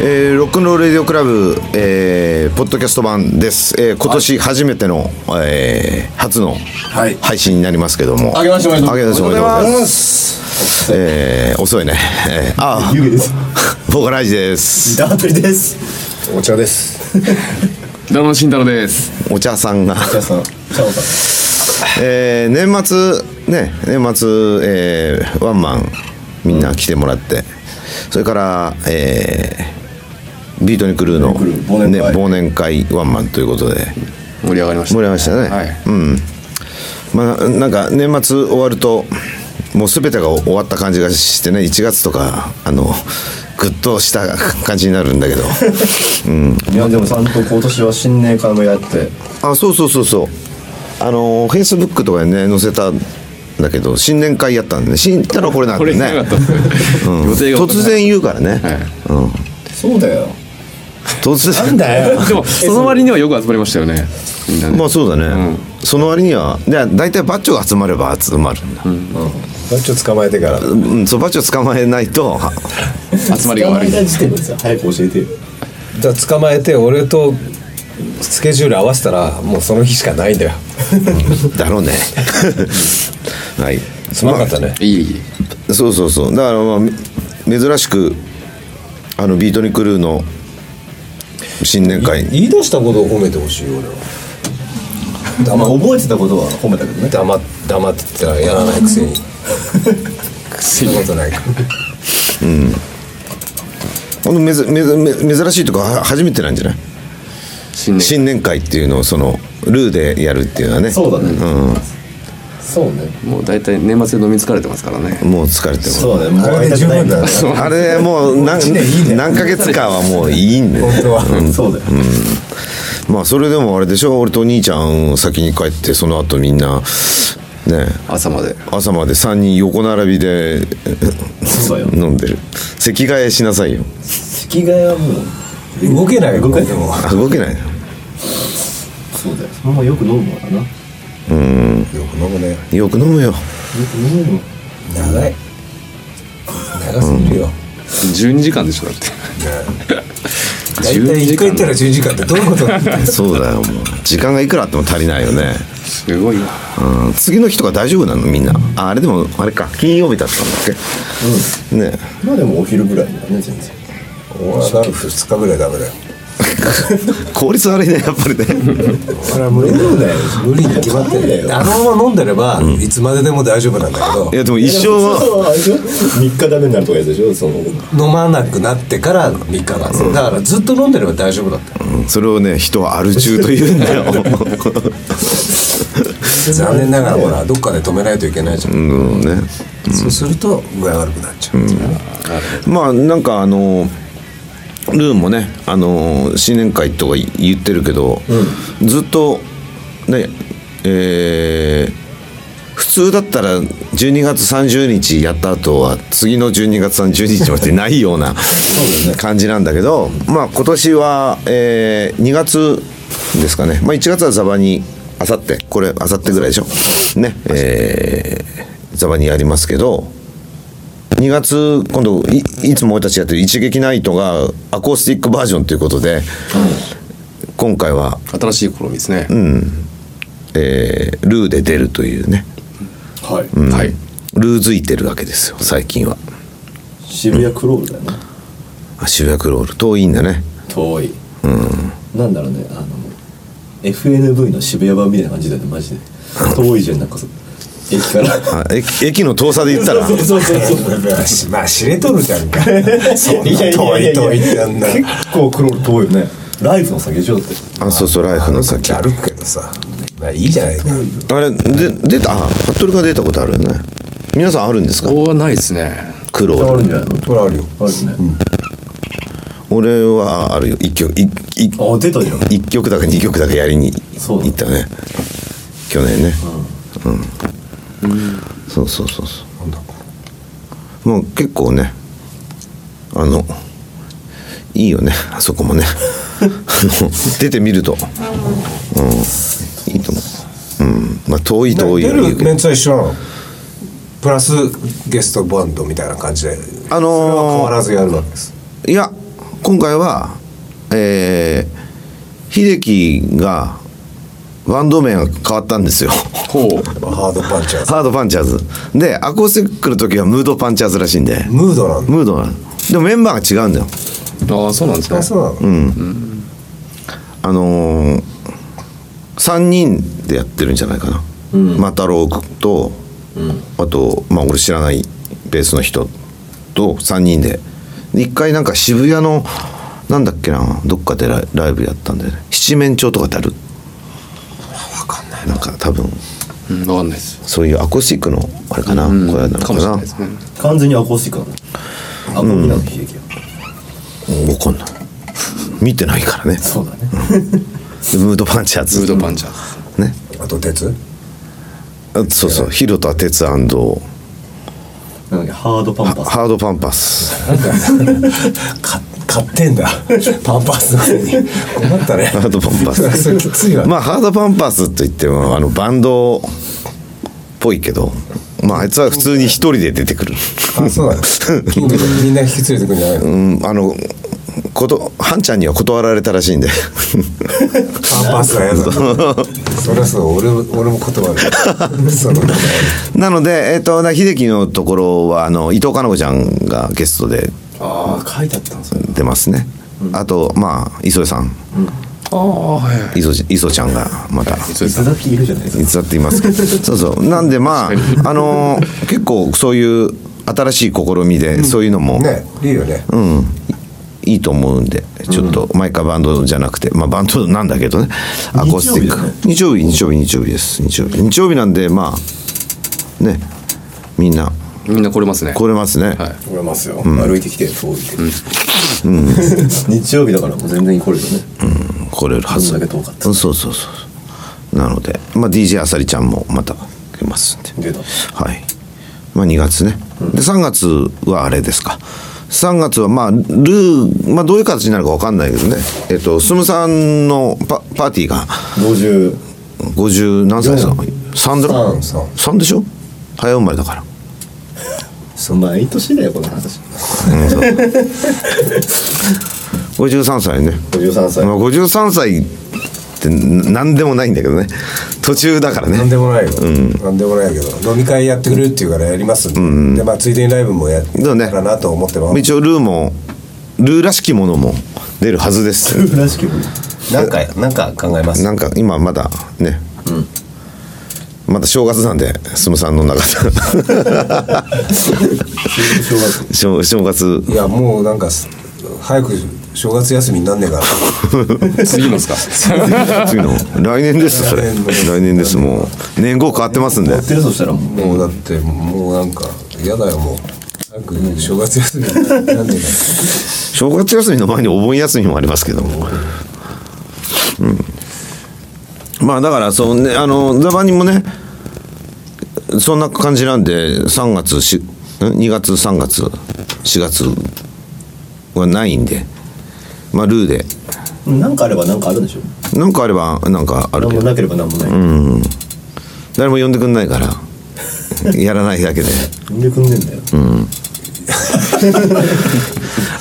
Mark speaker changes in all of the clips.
Speaker 1: えーロックンロールレディオクラブ、えーポッドキャスト版です、えー今年初めての、えー初の
Speaker 2: い
Speaker 1: 配信になりますけども、
Speaker 2: あげましておめでとう
Speaker 1: あげましておめでとうございます
Speaker 2: す
Speaker 1: えー遅いね、えーあ
Speaker 2: 湯気です
Speaker 1: ーボーカライジです
Speaker 2: ダートリですお茶です
Speaker 3: どうも慎太郎です
Speaker 1: お茶さんが、
Speaker 2: 皆さん茶子さ
Speaker 1: えー年末ね年末、えーワンマンみんな来てもらってそれから、えービートにクルーの
Speaker 2: ビートニクルー忘年会
Speaker 1: ね、忘年会ワンマンということで
Speaker 3: 盛り上がりました
Speaker 1: 盛り上がりましたね、
Speaker 3: はい
Speaker 1: うんまあなんか年末終わるともう全てが終わった感じがしてね1月とかあのグッとした感じになるんだけど
Speaker 2: んいやでもちゃんと今年は新年会もやって
Speaker 1: あそうそうそうそうあのフェイスブックとかにね載せたんだけど新年会やったんでね新たらこれなん
Speaker 3: こ
Speaker 1: だ
Speaker 3: れ
Speaker 1: よ
Speaker 3: 行けな
Speaker 1: ね
Speaker 3: かったっすね
Speaker 1: うん
Speaker 3: 予定が
Speaker 1: 突然言うからね、うん、
Speaker 2: そうだよ
Speaker 1: 突然
Speaker 2: だよ
Speaker 3: でもその割にはよく集まりましたよねみんなね
Speaker 1: まあそうだね、その割にはで大体バッチョが集まれば集まるんだ、うん
Speaker 4: バッチョ捕まえてから
Speaker 1: そうバッチョ捕まえないと
Speaker 3: 集まりが悪い
Speaker 2: た時点でさ早く教えてよ
Speaker 4: じゃあ捕まえて俺とスケジュール合わせたらもうその日しかないんだよ
Speaker 1: だ ろうねはい
Speaker 4: すまなかったね
Speaker 3: いいいい
Speaker 1: そうそうそうだから、まあ、め珍しくあのビートニクルーの新年会
Speaker 4: 言い出したことを褒めてほしい俺は
Speaker 2: まあ覚えてたことは褒めたけどね
Speaker 4: 黙っ黙ってたらやらないくせにくせにことないか
Speaker 1: ほんとめずめずめ珍しいとかは初めてなんじゃない
Speaker 3: 新年
Speaker 1: 新年会っていうのをそのルーでやるっていうのはね
Speaker 2: そうだね
Speaker 4: そうね
Speaker 3: もう大体年末で飲み疲れてますからね
Speaker 1: もう疲れてる
Speaker 2: そうだねもう会いたくないんだね
Speaker 3: そう
Speaker 1: あれもう何
Speaker 4: 一年いいね
Speaker 1: 何ヶ月かはもういいんだよ
Speaker 4: 本当は
Speaker 2: そうだよ
Speaker 1: まあそれでもあれでしょ俺と兄ちゃん先に帰ってその後みんなね
Speaker 3: 朝まで
Speaker 1: 朝まで3人横並びで
Speaker 2: そうだよ
Speaker 1: 飲んでる席替えしなさいよ
Speaker 2: 席替えはもう
Speaker 4: 動けないよ動けでも
Speaker 1: あ動けないな
Speaker 2: そうだよそのままよく飲むわなよ
Speaker 4: よく飲むね
Speaker 1: よく飲むよ
Speaker 2: く飲むの
Speaker 4: 長い長すぎるよ
Speaker 3: 12時間でしょだって
Speaker 4: 大体一回行ったら
Speaker 3: だ
Speaker 4: 10時間ってどういうことなんだよ
Speaker 1: そうだよもう時間がいくらあっても足りないよね、
Speaker 3: すごいわ
Speaker 1: うん、次の日とか大丈夫なのみんなああれでもあれか金曜日だったんだっけね
Speaker 2: まあでもお昼ぐらいだね全然
Speaker 4: 俺は2日ぐらいダメだよ
Speaker 1: 効率悪いねやっぱりね
Speaker 4: 俺は無理だよ無理に決まってん
Speaker 2: 無
Speaker 4: だ
Speaker 2: 理だ
Speaker 4: よあのまま飲んでればいつまででも大丈夫なんだけど
Speaker 1: いやでも一生は
Speaker 2: は3日ダメになるとかやつでしょその
Speaker 4: 飲まなくなってから3日が、だからずっと飲んでれば大丈夫だった
Speaker 1: うんそれをね人はアル中と言うんだよ
Speaker 4: 残念ながらほらどっかで止めないといけないじゃん、
Speaker 1: うんね
Speaker 4: そうすると具合悪くなっちゃう、
Speaker 1: まあなんかあのルーンもねあの新年会とか言ってるけど、ずっとねえー普通だったら12月30日やった後は次の12月30日までないような感じなんだけどまあ今年は、え2月ですかね、まあ、1月はザバにあさってこれあさってぐらいでしょねえーザバにやりますけど2月今度いいつも俺たちやってる「一撃ナイト」がアコースティックバージョンということで、今回は、
Speaker 3: 新しい試みですね
Speaker 1: えールーで出るというね
Speaker 2: はい、
Speaker 3: はい
Speaker 1: ルーづいてるわけですよ最近は
Speaker 2: 渋谷クロールだよね
Speaker 1: あ渋谷クロール遠いんだね
Speaker 2: 遠い、なんだろうねあの FNV の渋谷版みたいな感じだよねマジで遠いじゃんなんかそ駅から
Speaker 1: あ駅駅の遠さで言ったら
Speaker 2: そうそうそうそう
Speaker 4: まあ知れとるじゃ んかそんな遠い遠いってなんだ
Speaker 2: 結構クロール遠いよねライフの先でしょだって
Speaker 1: あそうそうライフの先あ
Speaker 4: 歩くけどさまあいいじゃないか
Speaker 1: れで出たあ服部が出たことあるよね皆さんあるんですか
Speaker 3: ここはないですね
Speaker 1: クロー
Speaker 2: ある
Speaker 1: ル
Speaker 2: んじゃないの
Speaker 4: これあるよ
Speaker 2: あるね、
Speaker 1: 俺はあるよ一曲いい
Speaker 2: あ出たじゃん
Speaker 1: 一曲だか二曲だかやりに
Speaker 2: そうだ
Speaker 1: 行ったね去年ねうん、そうそうそうそ
Speaker 4: なんだこ
Speaker 1: うもう結構ねあのいいよねあそこもねあの出てみると、うん、いいと思う、うん、まあ遠い
Speaker 4: れ
Speaker 1: 遠い
Speaker 4: 出
Speaker 1: より言う
Speaker 4: る
Speaker 1: け
Speaker 4: メ
Speaker 1: ど
Speaker 4: ンツは一緒なのプラスゲストバンドみたいな感じで
Speaker 1: あ
Speaker 4: それは変
Speaker 1: の
Speaker 4: わらずやるわけです
Speaker 1: ーいや今回はえー、秀樹がバンド名が変わったんですよ
Speaker 3: ほう
Speaker 4: ハードパンチャーズ
Speaker 1: ハードパンチャーズでアコースティックの時はムードパンチャーズらしいんで
Speaker 4: ムードなんだ
Speaker 1: ムードなのでもメンバーが違うんだよ
Speaker 3: ああそうなんですね
Speaker 4: あそうなの、
Speaker 1: あのー、3人でやってるんじゃないかな、マタロウ君と、あと、まあ、俺知らないベースの人と3人でで一回なんか渋谷のなんだっけなどっかでライライブやったんだよね七面鳥とかってある
Speaker 4: かんない
Speaker 1: なんか多分
Speaker 3: うんわかんないです
Speaker 1: そういうアコースティックのあれかな、
Speaker 3: うん
Speaker 1: これなの
Speaker 3: か
Speaker 1: か
Speaker 3: もしれ
Speaker 1: な
Speaker 3: ないですね
Speaker 2: 完全にアコースティックなのアコギなの秀樹は
Speaker 1: 分かんない見てないからね
Speaker 2: そうだね
Speaker 1: でムードパンチャー
Speaker 3: ム
Speaker 1: ズ
Speaker 3: ードパンチャーズ
Speaker 1: ね
Speaker 4: あと鉄
Speaker 1: あそうそうヒロとは鉄アンド
Speaker 2: なんだっけハードパンパス
Speaker 1: ハードパンパス
Speaker 4: か買ってん だパンパスのせいに困ったね
Speaker 1: ハードパンパス
Speaker 4: それきついわ、
Speaker 1: まあハードパンパスって言ってもあのバンドっぽいけどまああいつは普通に一人で出てくる、
Speaker 4: あそうなの近所でみんな引き連れてくるんじゃないの
Speaker 1: うん、あのことハンちゃんには断られたらしいんで
Speaker 4: パンパスはやだそりゃそう俺も俺も断るその
Speaker 1: なのでえっ、とな秀樹のところはあの伊藤かな子ちゃんがゲストで
Speaker 3: ああ書いてあったんですね
Speaker 1: 出ますね、あとまあ磯江さん
Speaker 3: ああはいはい
Speaker 1: 磯磯ちゃんがまた
Speaker 3: そうです
Speaker 2: 水だけいるじゃないです
Speaker 1: い
Speaker 2: か
Speaker 1: つだっていますけどそうそうなんでまああの結構そういう新しい試みで、そういうのも、
Speaker 4: ねいいよね、
Speaker 1: うん、いいいと思うんでちょっと毎回バンドじゃなくて、まあ、バンドなんだけどねアコースティック日曜日日曜日日曜日です日曜日日曜日なんでまあねみんな
Speaker 3: みんな来れますね
Speaker 1: 来れますね、
Speaker 3: はい
Speaker 4: 俺ますよ、歩いてきて遠いて、
Speaker 2: 日曜日だからもう全然来れるよね
Speaker 1: 来れるはず
Speaker 2: どんだけ遠かった
Speaker 1: うんそうそうそうなので、まあ、DJ あさりちゃんもまた来ますんで
Speaker 2: 出た
Speaker 1: はい、まあ、2月ね、で3月はあれですか3月はまあルー、まあ、どういう形になるか分かんないけどねえっとスムさんのパパーティーが
Speaker 2: 50
Speaker 1: 50何歳ですか3だろ
Speaker 4: 三
Speaker 1: 3でしょ早生まれだから
Speaker 2: そ毎年だよこの話
Speaker 1: 53歳ね、
Speaker 2: 53歳
Speaker 1: まあ、53歳って何でもないんだけどね途中だから
Speaker 4: なん
Speaker 1: ね
Speaker 4: でもないよ、なんでもないけど飲み会やってくれるっていうからやりますんで,、でまあついでにライブもやった
Speaker 1: うね
Speaker 4: らなと思ってます、
Speaker 1: 一応ルーもルーらしきものも出るはずです
Speaker 2: らしきも
Speaker 4: なんかなんか考えま
Speaker 1: なんか今まだね、まだ正月なんでスムさんの中で
Speaker 2: 正月
Speaker 1: 正正月
Speaker 4: いやもうなんかす早く正月休みになんねえかな
Speaker 3: 次のですか
Speaker 1: 次の来年ですそれ
Speaker 4: 来年の
Speaker 1: 来年ですもう年号変わってますんで
Speaker 2: やってるそしたらもう
Speaker 4: もうだってもうなんか嫌だよもう早く正月休みになんねえかな
Speaker 1: 正月休みの前にお盆休みもありますけども、うん、まあだからそうねあのザバニもねそんな感じなんで3月しん2月3月4月はないんでまあルーで
Speaker 2: なんかあればなんかあるんでしょ
Speaker 1: なんかあればなんかある
Speaker 2: 何
Speaker 1: け
Speaker 2: も
Speaker 1: ど
Speaker 2: なければなんもない
Speaker 1: 誰も呼んでくんないからやらないだけで
Speaker 2: 産んでくんねえんだよ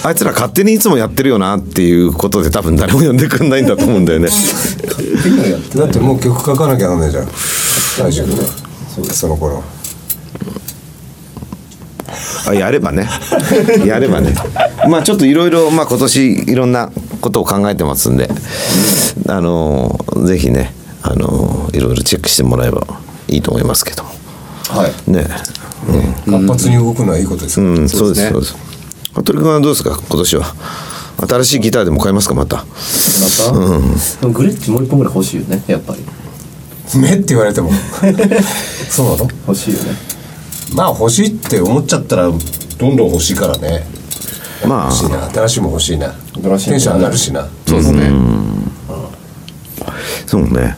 Speaker 1: あいつら勝手にいつもやってるよなっていうことで多分誰も呼んでくんないんだと思うんだよね
Speaker 2: っていうのやって
Speaker 4: だってもう曲書かなきゃなんねえじゃん大丈夫そその頃
Speaker 1: あやればねやればねまあちょっといろいろまあ今年いろんなことを考えてますんであのーぜひねあのーいろいろチェックしてもらえばいいと思いますけども
Speaker 2: はい
Speaker 1: ね
Speaker 4: 活発に動くのはいいことですよ、
Speaker 1: うんそうです
Speaker 3: そ
Speaker 1: そうう
Speaker 3: で
Speaker 1: です服部君はどうですか今年は新しいギターでも買いますかまた
Speaker 2: また、でもグレッチもう一本ぐらい欲しいよねやっぱり
Speaker 4: 目って言われてもそうなの
Speaker 2: 欲しいよね
Speaker 4: まあ欲しいって思っちゃったらどんどん欲しいからね
Speaker 1: まあ
Speaker 4: 欲しいな新しいもん欲しいな
Speaker 2: 新しいもんね
Speaker 4: テンション上がるしな
Speaker 3: そうですね
Speaker 1: そうね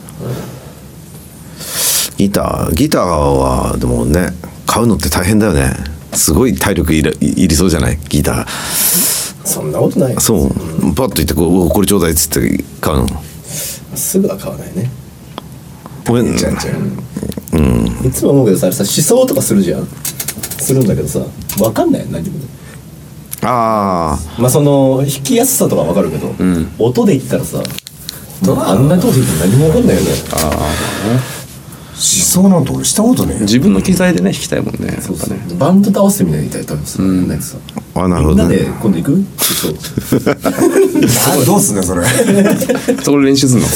Speaker 1: ギターギターはでもね買うのって大変だよねすごい体力いるいりそうじゃないギター
Speaker 2: そんなことないよ
Speaker 1: そうパッと言ってこうお「これちょうだい」っつって買うの
Speaker 2: すぐは買わないね
Speaker 1: ごめん
Speaker 4: ちゃんちゃん
Speaker 2: いつも思うけどさあれさ思想とかするじゃんするんだけどさわかんないよ何も
Speaker 1: あ
Speaker 2: まあその弾きやすさとかわかるけど、音で言ったらさあんなとこで言っても何もわかんないよね
Speaker 4: 思想なんて俺したことねえよ
Speaker 3: 自分の機材でね弾きたいもんねそうね
Speaker 2: バンドと合わせてみないと多分さ、なんかさ
Speaker 1: ああなる
Speaker 2: み
Speaker 1: ほ
Speaker 2: ん
Speaker 1: ど
Speaker 2: なで
Speaker 1: ね
Speaker 2: 今度行くそう
Speaker 4: あどうすんねそれ
Speaker 3: そこで練習するの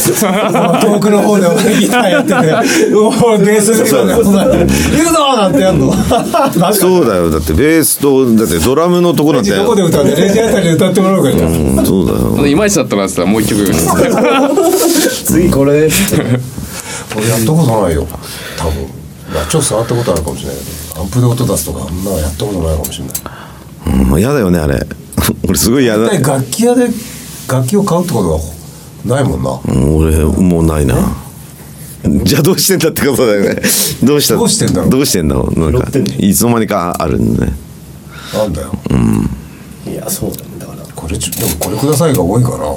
Speaker 4: 遠くの方で俺ギターやって ておおベース弾くのね行くぞなんてやんのなんか
Speaker 1: そうだよだってベースとだってドラムのとこなんて
Speaker 4: どこで歌うんだよレジあたりで歌ってもらおうかじゃあ
Speaker 1: うんそうだよ
Speaker 3: いまいちだったなって言ったらもう一曲ね
Speaker 2: 次これ
Speaker 4: 俺やったことないよ多分ナチョ触ったことあるかもしれないけどアンプで音出すとかあんなやったことないかもしれない
Speaker 1: うん嫌だよねあれ 俺すごい嫌だ
Speaker 4: 一体楽器屋で楽器を買うってことはないもんな
Speaker 1: うん俺もうないなじゃあどうしてんだってことだよねどうした
Speaker 4: どうしてんだろう
Speaker 1: どうしてんだろうなん
Speaker 2: 拾
Speaker 1: か
Speaker 2: ってんね
Speaker 1: いつの間にかあるんだね
Speaker 4: なんだよ
Speaker 2: いやそうだねだから
Speaker 4: これちょでもこれくださいが多いから
Speaker 1: あ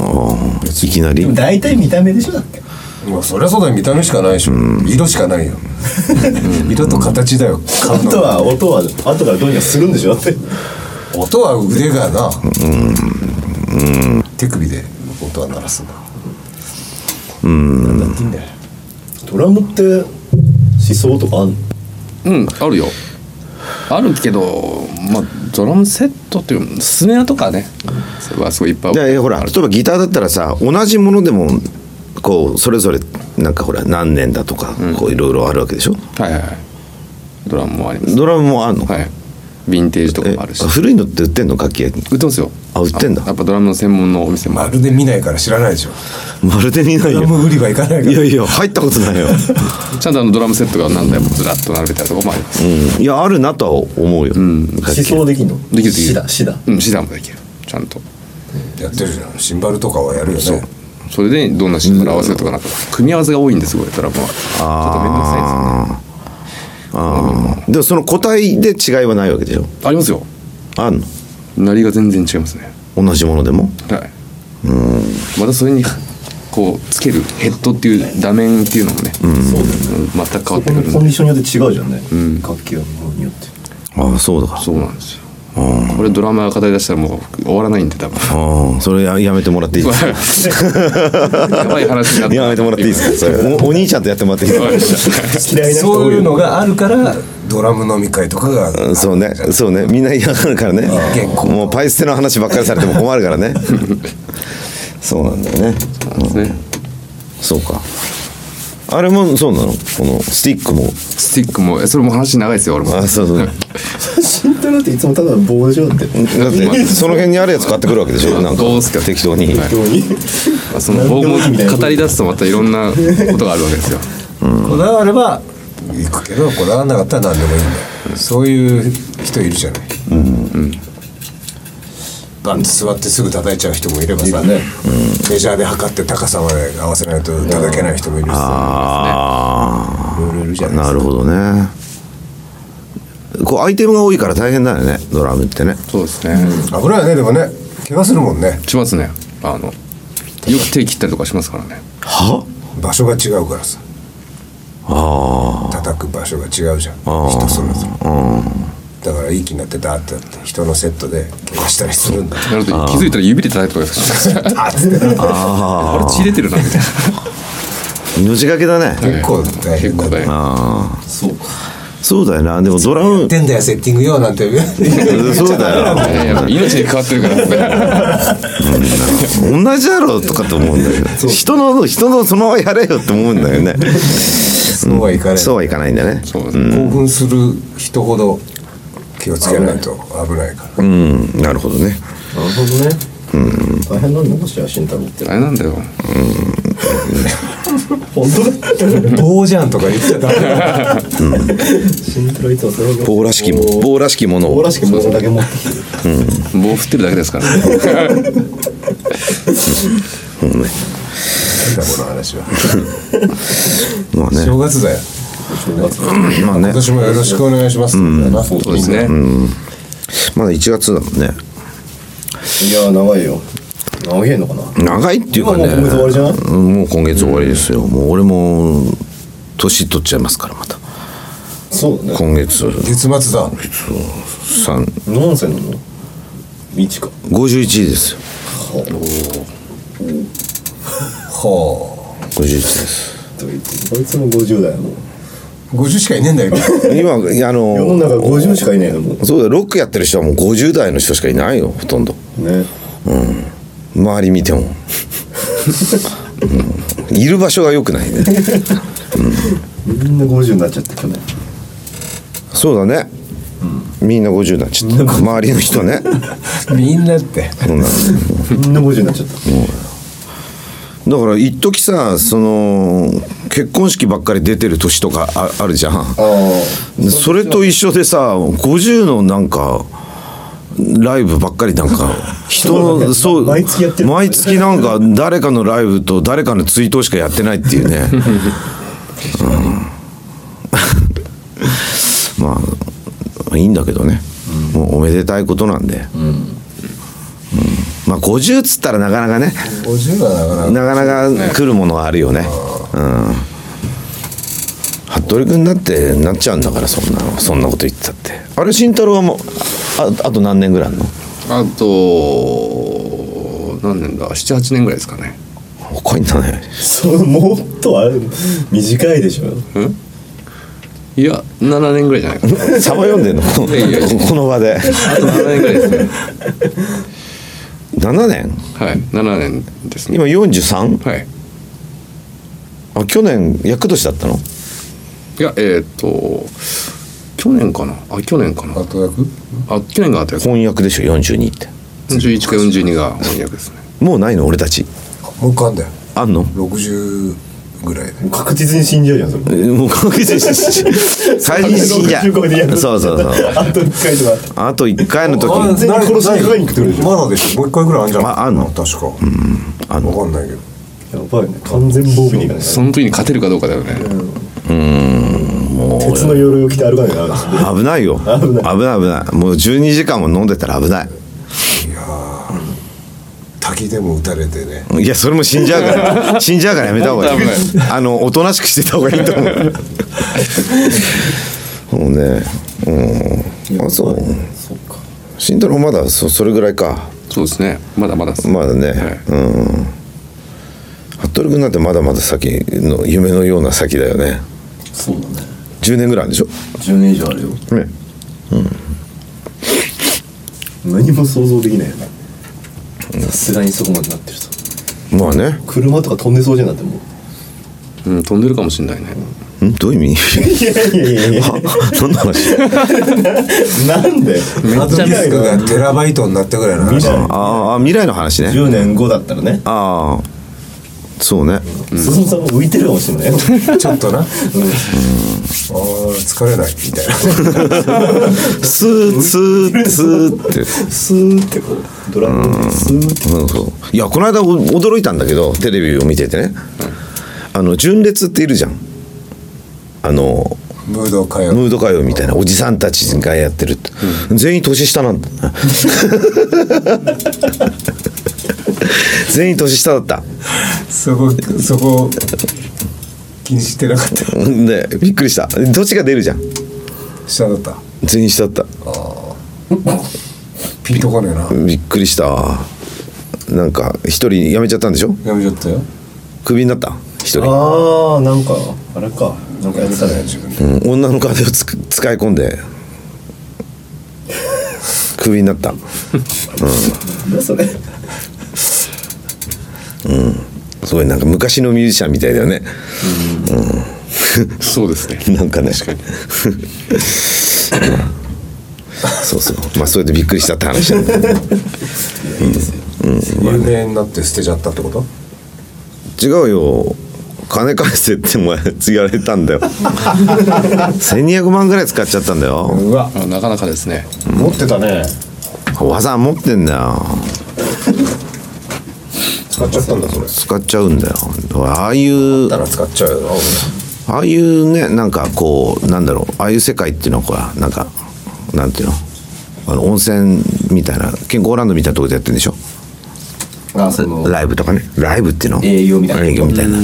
Speaker 1: あいきな
Speaker 2: で
Speaker 1: り
Speaker 2: も大体見た目でしょだって
Speaker 4: まあそりゃそうだよ見た目しかないでしょ色しかないよ色と形だよ買
Speaker 2: あ
Speaker 4: うの
Speaker 2: とは音は後からどうにかするんでしょだって
Speaker 4: 音は腕がな手首で音は鳴らすんだ
Speaker 2: だっていいんだよドラムって思想とかあんの
Speaker 3: うんあるよあるけどまあドラムセットっていうスネアとかねそれはすごいいっぱい
Speaker 1: じゃあえほら例えばギターだったらさ同じものでもこうそれぞれなんかほら何年だとかこういろいろあるわけでしょ、
Speaker 3: はいはいはいドラムもあります
Speaker 1: ドラムもあんの、
Speaker 3: はいヴィンテージとか
Speaker 1: え
Speaker 3: もあるし
Speaker 1: 古いのって売ってんの楽器屋に
Speaker 3: 売ってますよ
Speaker 1: あ売ってんだ
Speaker 3: やっぱドラムの専門のお店も
Speaker 4: ま
Speaker 3: ある
Speaker 4: るで見ないから知らないでしょ
Speaker 1: まるで見ない
Speaker 4: ド
Speaker 1: よ
Speaker 4: ラム売り場行かないか
Speaker 1: いや
Speaker 4: ら
Speaker 1: いや 入ったことないよ、
Speaker 3: ちゃんとあのドラムセットが何台もずらっと並べたりとかもあります
Speaker 1: うん、いやあるなとは思うよ、楽器
Speaker 2: 思想できんの
Speaker 3: できるできる
Speaker 2: シダシダ
Speaker 3: うんシダもできるちゃんと
Speaker 4: やってるじゃんシンバルとかはやるよね
Speaker 3: それでどんなシンバル合わせるとかなんか組み合わせが多いんですごいドラムはちょっと面倒くさい
Speaker 1: あー
Speaker 3: ですね
Speaker 1: あーでもその個体で違いはないわけでしょ
Speaker 3: ありますよ
Speaker 1: あんの
Speaker 3: 鳴りが全然違いますね
Speaker 1: 同じものでも
Speaker 3: はいまたそれにこうつけるヘッドっていう打面っていうのもね、
Speaker 2: そうだよね
Speaker 3: うん全く変わ
Speaker 2: そ
Speaker 3: って
Speaker 2: こ
Speaker 3: くる
Speaker 2: のコン
Speaker 3: ん
Speaker 2: デ
Speaker 3: で
Speaker 2: ィションによって違うじゃんね、楽器はものによって
Speaker 1: ああそうだか
Speaker 3: そうなんですよこれドラマが語り出したらもう終わらないんで多分
Speaker 1: ああそれややめてもらっていいですか
Speaker 3: やばい話になって
Speaker 1: やめてもらっていいですかそれおお兄ちゃんとやってもらっていいですか
Speaker 2: 嫌いな人
Speaker 4: そう
Speaker 2: 多い
Speaker 4: いう
Speaker 2: よ
Speaker 4: のがあるからドラム飲み会とかが
Speaker 1: うんそうねそうねみんな嫌がるからね
Speaker 4: 結構
Speaker 1: もうパイステの話ばっかりされても困るから ねそうなんだよね
Speaker 3: ですね
Speaker 1: そうかあれもそうなのこのスティックも
Speaker 3: スティックもえそれも話長いですよ俺も
Speaker 1: あそうそうだっ
Speaker 2: 慎太郎っていつもただ棒状っ て
Speaker 1: てその辺にあるやつ買ってくるわけでしょなんか
Speaker 3: どうすか
Speaker 1: 適当に、
Speaker 2: ように
Speaker 3: まあその僕も語り出すとまたいろんなことがあるわけですよ
Speaker 4: こだわれば行くけどこだわらなかったら何でもいいんだよそういう人いるじゃないバンって座ってすぐ叩いちゃう人もいればさ
Speaker 2: いるね
Speaker 4: メジャーで測って高さまで合わせないと叩けない人もいるしさ
Speaker 1: あ
Speaker 4: いろいろいるじゃ
Speaker 1: あ
Speaker 4: ない
Speaker 1: なるほどねこうアイテムが多いから大変だよねドラムってね
Speaker 3: そうですね、
Speaker 4: 危ないよねでもね怪我するもんね
Speaker 3: しますねあのよく手切ったりとかしますからね
Speaker 1: は
Speaker 4: 場所が違うからさ
Speaker 1: あ
Speaker 4: 叩く場所が違うじゃん
Speaker 1: あー
Speaker 4: 人それぞれだからいい気になってダーってやって人のセットで怪我したりす るんだ
Speaker 3: なると気づいたら指で叩いてとかですから
Speaker 4: あーっつってな
Speaker 3: あれ血出てるなみたいな
Speaker 1: あ命がけだね
Speaker 4: 結構大
Speaker 3: 結
Speaker 4: 変だ
Speaker 3: 構
Speaker 4: ね
Speaker 3: ね
Speaker 2: そうか
Speaker 1: そうだよなでもドラ ム
Speaker 4: ってんだよセッティングよなんて
Speaker 1: そうだよ
Speaker 3: いやいや命に変わってるから
Speaker 1: 同じだろうとかと思うんだけ ど人の人のそのままやれよって思うんだよ ね
Speaker 4: そうはいかない
Speaker 1: そうはいかないんだね
Speaker 3: そうですね
Speaker 4: 興奮する人ほど気をつけないと危ないか
Speaker 1: う
Speaker 4: ら
Speaker 1: んなるほどね
Speaker 2: なるほどね大変なんだもしや慎太郎って
Speaker 3: あれなんだよ
Speaker 2: 本当 だ
Speaker 4: 棒じゃんとか言っちゃダメだ
Speaker 2: 慎太郎いつもそれを
Speaker 1: 棒らしきも棒らしきもの
Speaker 2: 棒
Speaker 1: を
Speaker 2: らしきものだけ持ってきてる
Speaker 3: 棒振ってるだけですからね
Speaker 4: この話は
Speaker 1: まあね
Speaker 4: 正月だよ
Speaker 1: まあね
Speaker 4: 今年もよろしくお願いしますうん
Speaker 2: そう
Speaker 3: そうですね
Speaker 1: まだ1月だもんね
Speaker 2: いや長いよ長いのかな
Speaker 1: 長いっていうかね
Speaker 2: 今もう今月終わりじゃない
Speaker 1: うんもう今月終わりですよもう俺も年取っちゃいますからまた
Speaker 2: そうだね
Speaker 1: 今月
Speaker 4: 月末だ
Speaker 1: さん
Speaker 2: 何歳なの一か
Speaker 1: 51ですよ
Speaker 4: は
Speaker 1: 51です
Speaker 2: と言ってこいつも50代やもん
Speaker 4: あ50しかいねえんだよ今
Speaker 1: 今いやあの
Speaker 2: 世の中50しかいないのも
Speaker 1: そうだよロックやってる人はもう50代の人しかいないよほとんど
Speaker 2: うね
Speaker 1: 周り見ても、うんいる場所が良くないね
Speaker 2: みんな50になっちゃった去年
Speaker 1: そうだね、みんな50代ちょっと 周りの人ね
Speaker 5: みんなって
Speaker 1: そうなんだ
Speaker 2: みんな50になっちゃった
Speaker 1: だから一時さその結婚式ばっかり出てる年とかああるじゃん
Speaker 2: あ
Speaker 1: それと一緒でさ50のなんかライブばっかりなんか人の
Speaker 2: そ
Speaker 1: そうう
Speaker 2: だね毎月やってる
Speaker 1: 毎月なんか誰かのライブと誰かの追悼しかやってないっていうね、うんまあいいんだけどね、もうおめでたいことなんで、うんまあ50っつったらなかなかね
Speaker 4: 50はなかなか
Speaker 1: なかなか来るものはあるよね。うん。服部君だってなっちゃうんだからそんなのそんなこと言ってたって。あれ慎太郎はもうああと何年ぐらいあんの？
Speaker 3: あと何年だ78年ぐらいですかね
Speaker 1: 若いんだね。
Speaker 2: そうもっとあれ短いでしょ
Speaker 3: いや7年ぐらいじゃない かな
Speaker 1: サバ読んでんの？こ
Speaker 3: いやいや
Speaker 1: のこの場で。
Speaker 3: あと7年ぐらいですね
Speaker 1: 7年？
Speaker 3: はい7年ですね
Speaker 1: 今 43?
Speaker 3: はい
Speaker 1: あ去年厄年だったの？
Speaker 3: いやえっ、と去年かなあ去年かな
Speaker 4: 後役
Speaker 3: あ去年があったやつ
Speaker 1: 翻訳でしょ42って。
Speaker 3: 41か42が翻訳ですね
Speaker 1: もうないの俺たち。
Speaker 4: もう一回あんだよ
Speaker 1: あんの？
Speaker 4: 60ぐらいで
Speaker 2: 確実に死んじゃうじゃんそれ
Speaker 1: えもう確実に 最近死んじゃ
Speaker 2: 65でや
Speaker 1: う。
Speaker 2: る
Speaker 1: そうそうそう。
Speaker 2: あと1回とか
Speaker 1: あと1回の時
Speaker 4: あ
Speaker 1: に
Speaker 2: 全然殺しにかかりに来てるでしょ
Speaker 4: まだでしょもう一回ぐらいあんじゃん
Speaker 1: ああんの
Speaker 4: 確かうん
Speaker 1: あの
Speaker 4: 分かんないけど
Speaker 2: やばいね完全防備にいかない
Speaker 3: その時に勝てるかどうかだよね、
Speaker 2: 鉄の鎧を着て歩かないな
Speaker 1: 危ないよ危ない危ないもう12時間も飲んでたら危ない
Speaker 4: 滝でも打たれてね
Speaker 1: いやそれも死んじゃう から死んじゃうからやめた方がいい
Speaker 3: 本当危
Speaker 1: あのおとなしくしてた方がいいと 思うもうねうんあそう
Speaker 2: そっか
Speaker 1: 慎太郎まだそそれぐらいか
Speaker 3: そうですねまだまだです
Speaker 1: まだね、
Speaker 3: はい
Speaker 1: うん服部君なんてまだまだ先の夢のような先だよね
Speaker 2: そうだね
Speaker 1: 10年ぐらいあるでしょ
Speaker 2: 10年以上あるよ
Speaker 1: ね
Speaker 2: 何も想像できないよねさすがにそこまでなってると
Speaker 1: まあね
Speaker 2: 車とか飛んでそうじゃなってもう
Speaker 3: うん、飛んでるかもしれないね
Speaker 1: んどういう意味
Speaker 2: いやいやいやいや
Speaker 1: 何の話
Speaker 2: なんで
Speaker 4: めっちゃ
Speaker 2: 未来
Speaker 4: が
Speaker 2: の
Speaker 4: テラバイトになったぐらいの
Speaker 2: 未
Speaker 4: 話
Speaker 2: 来
Speaker 1: ああ未来の話ね
Speaker 2: 10年後だったらね
Speaker 1: ああそうね
Speaker 2: 鈴木さんも浮いてるかもしれないよ
Speaker 4: ちょっとなあー疲れないみたいな
Speaker 1: スースースーって
Speaker 2: スーってこうドラムでスーって
Speaker 1: うんそういやこの間お驚いたんだけどテレビを見ててね、あの純烈っているじゃんあの
Speaker 4: ムードを変えよう
Speaker 1: ムード歌謡みたいなおじさんたちがやってるって、全員年下なんだ全員年下だった
Speaker 4: そこそこ気にしてなかった
Speaker 1: でびっくりしたどっちが出るじゃん
Speaker 4: 下だった
Speaker 1: 全員下だった
Speaker 4: ピンとこねえな
Speaker 1: びっくりしたなんか一人辞めちゃったんでしょ
Speaker 4: やめちゃったよ
Speaker 1: クビになった一人
Speaker 2: ああなんかあれかなんかやってたね
Speaker 4: 自分
Speaker 1: う
Speaker 4: で
Speaker 1: ん女の金をつく使い込んでクビになった
Speaker 2: なんだそれ
Speaker 1: すごいなんか昔のミュージシャンみたいだよね
Speaker 3: そうですね
Speaker 1: なんかね
Speaker 3: 確かに
Speaker 1: そうそうまあそれでびっくりしたって話なんだけど
Speaker 4: 有名になって捨てちゃったってこと
Speaker 1: 違うよ金返せっても言われたんだよ1200万ぐらい使っちゃったんだよ
Speaker 4: うわ
Speaker 3: あなかなかですね
Speaker 4: 持ってたね
Speaker 1: 技持ってんだよ
Speaker 4: 使っちゃったんだそれ
Speaker 1: 使っちゃうんだよああいう
Speaker 4: だから使っちゃうよ
Speaker 1: ああいうねなんかこうなんだろうああいう世界っていうのはこうなんかなんていうのあの温泉みたいな健康ランドみたいなところでやってるんでしょ
Speaker 2: あその
Speaker 1: ライブとかねライブっていうの
Speaker 2: 営業みたいな
Speaker 1: 営業みたいな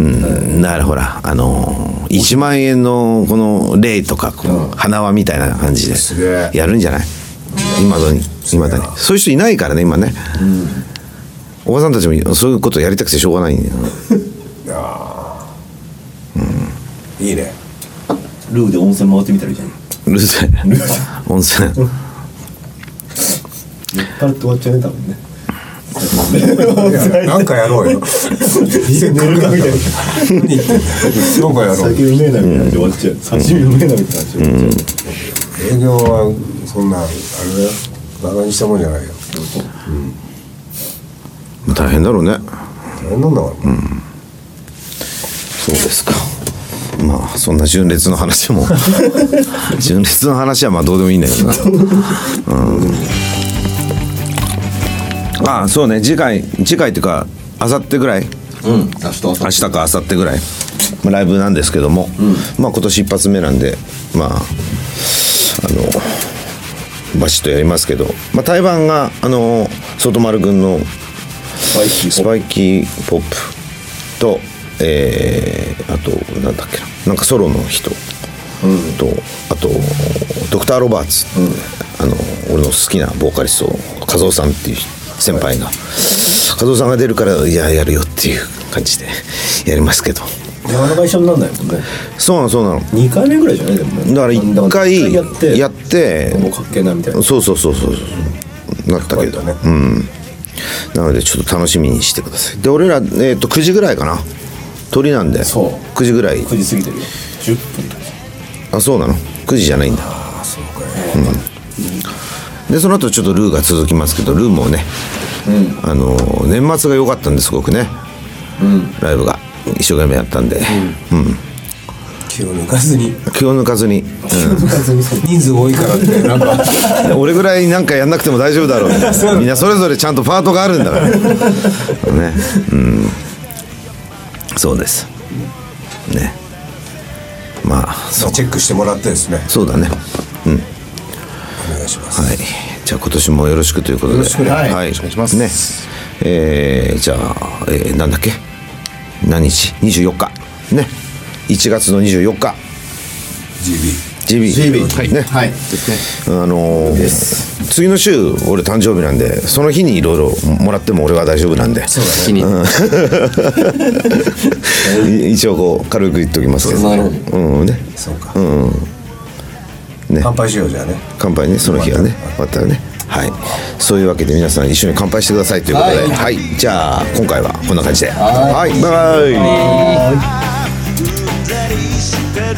Speaker 1: うん、だからほらあのー、1万円のこの例とかこう花輪みたいな感じです
Speaker 4: げえ
Speaker 1: やるんじゃない今だに今だにそういう人いないからね今ね、おばさんたちもそういうことやりたくてしょうがないんだよ
Speaker 4: いいね
Speaker 2: ルーで温泉回ってみたらいいじゃん酔
Speaker 1: うるさい温泉
Speaker 2: っ払って終わっちゃうね多分ね
Speaker 4: いやなんかやろ うよ
Speaker 2: 寝るかみたいな
Speaker 4: なんかやろう
Speaker 2: 酒うめえなみたいな感じで終わっちゃう刺身うめえなみたいな感じで終わっちゃ
Speaker 4: 営業はそんなあれだよバカにしたもんじゃないよ
Speaker 1: 大変だろうね
Speaker 4: 大変なんだから、
Speaker 1: そうですかまあそんな純烈の話 も純烈の話はまあどうでもいいんだけどな、うん、ああそうね次回次回っていうかあさってぐらい
Speaker 2: うん明日明
Speaker 1: 明日かあさってぐらいまあライブなんですけども、まあ今年一発目なんでまああのバシッとやりますけど、まあ、台湾があの外丸君の
Speaker 2: スパイシ
Speaker 1: ス
Speaker 2: ー
Speaker 1: パイキーポップと、えーあとなんだっけななんかソロの人、とあとドクター・ロバーツ、あの俺の好きなボーカリスト和夫さんっていう先輩が、和夫さんが出るからいややるよっていう感じでやりますけど
Speaker 2: なかなか一緒になんないもんね
Speaker 1: そうなのそうなの
Speaker 2: 二回目ぐらいじゃないでもね
Speaker 1: だから一回
Speaker 2: やって
Speaker 1: やって
Speaker 2: もうかっけえなみたいな
Speaker 1: そうそうそうそうそうなったけど
Speaker 4: だね
Speaker 1: うんなのでちょっと楽しみにしてくださいで俺ら、えー、と9時ぐらいかな鳥なんで
Speaker 2: そう
Speaker 1: 9時ぐらい
Speaker 2: 9時過ぎてるよ10分とか
Speaker 1: あそうなの9時じゃないんだうん、でその後ちょっとルーが続きますけどルーもね、あのー年末が良かったんですごくね、ライブが一生懸命やったんで、
Speaker 4: 気を抜かずに
Speaker 1: 気を抜かず に、
Speaker 4: 人数多いからってなんか
Speaker 1: で俺ぐらいなんかやんなくても大丈夫だろうみたいなみんなそれぞれちゃんとパートがあるんだ からねうんそうですねまあそう
Speaker 4: チェックしてもらってですね
Speaker 1: そうだねうん
Speaker 4: お願いします、
Speaker 1: はい、じゃあ今年もよろしくということで、よろしくはい、よろしくお願いします。ね、えー、じゃあ、えー、なんだっけ、何日、二十四日、ね、一月の二十四日、
Speaker 4: GB
Speaker 1: GB、
Speaker 3: はい
Speaker 1: ね、
Speaker 3: はいですね
Speaker 1: あのー次の週俺誕生日なんで、その日にいろいろもらっても俺は大丈夫なんで、
Speaker 3: 気に
Speaker 1: い一応こう軽く言っておきますけど、
Speaker 3: なるほ
Speaker 1: うんね、
Speaker 4: そうか、
Speaker 1: ね
Speaker 4: 乾杯しようじゃあね
Speaker 1: 乾杯ねその日はねまたねはいそういうわけで皆さん一緒に乾杯してくださいということではい、じゃあ今回はこんな感じではいバイバイ
Speaker 6: うんざりしてるん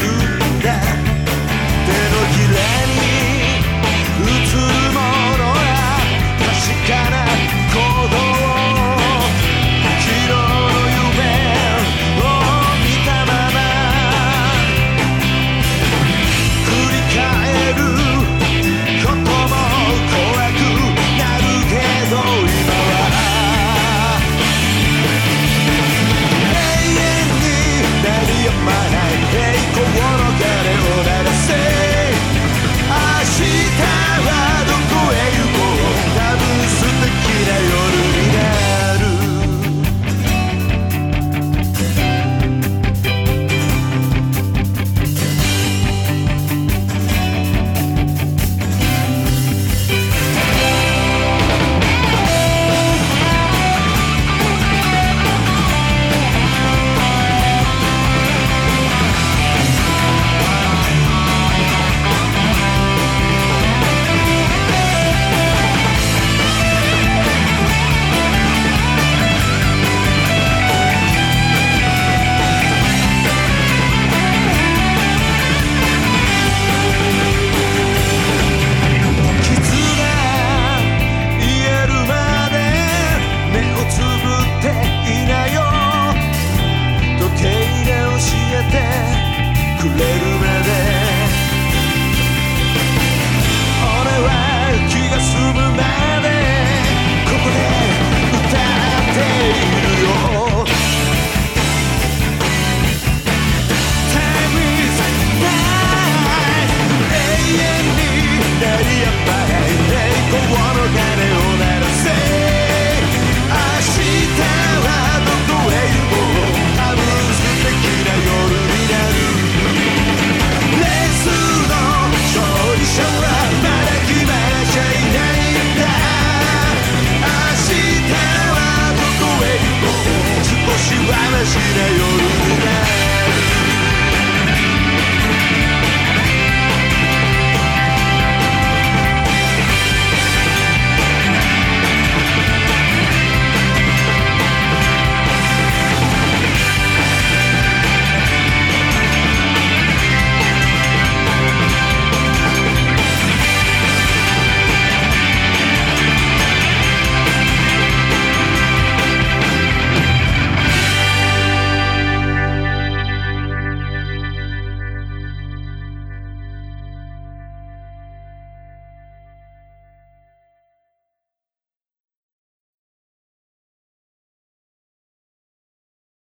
Speaker 6: だ手のひらに映るものや確かな行動昨日の夢を見たまま振り返ることも怖くなるけど今は永遠に鳴り止まない栄光の鐘をしな夜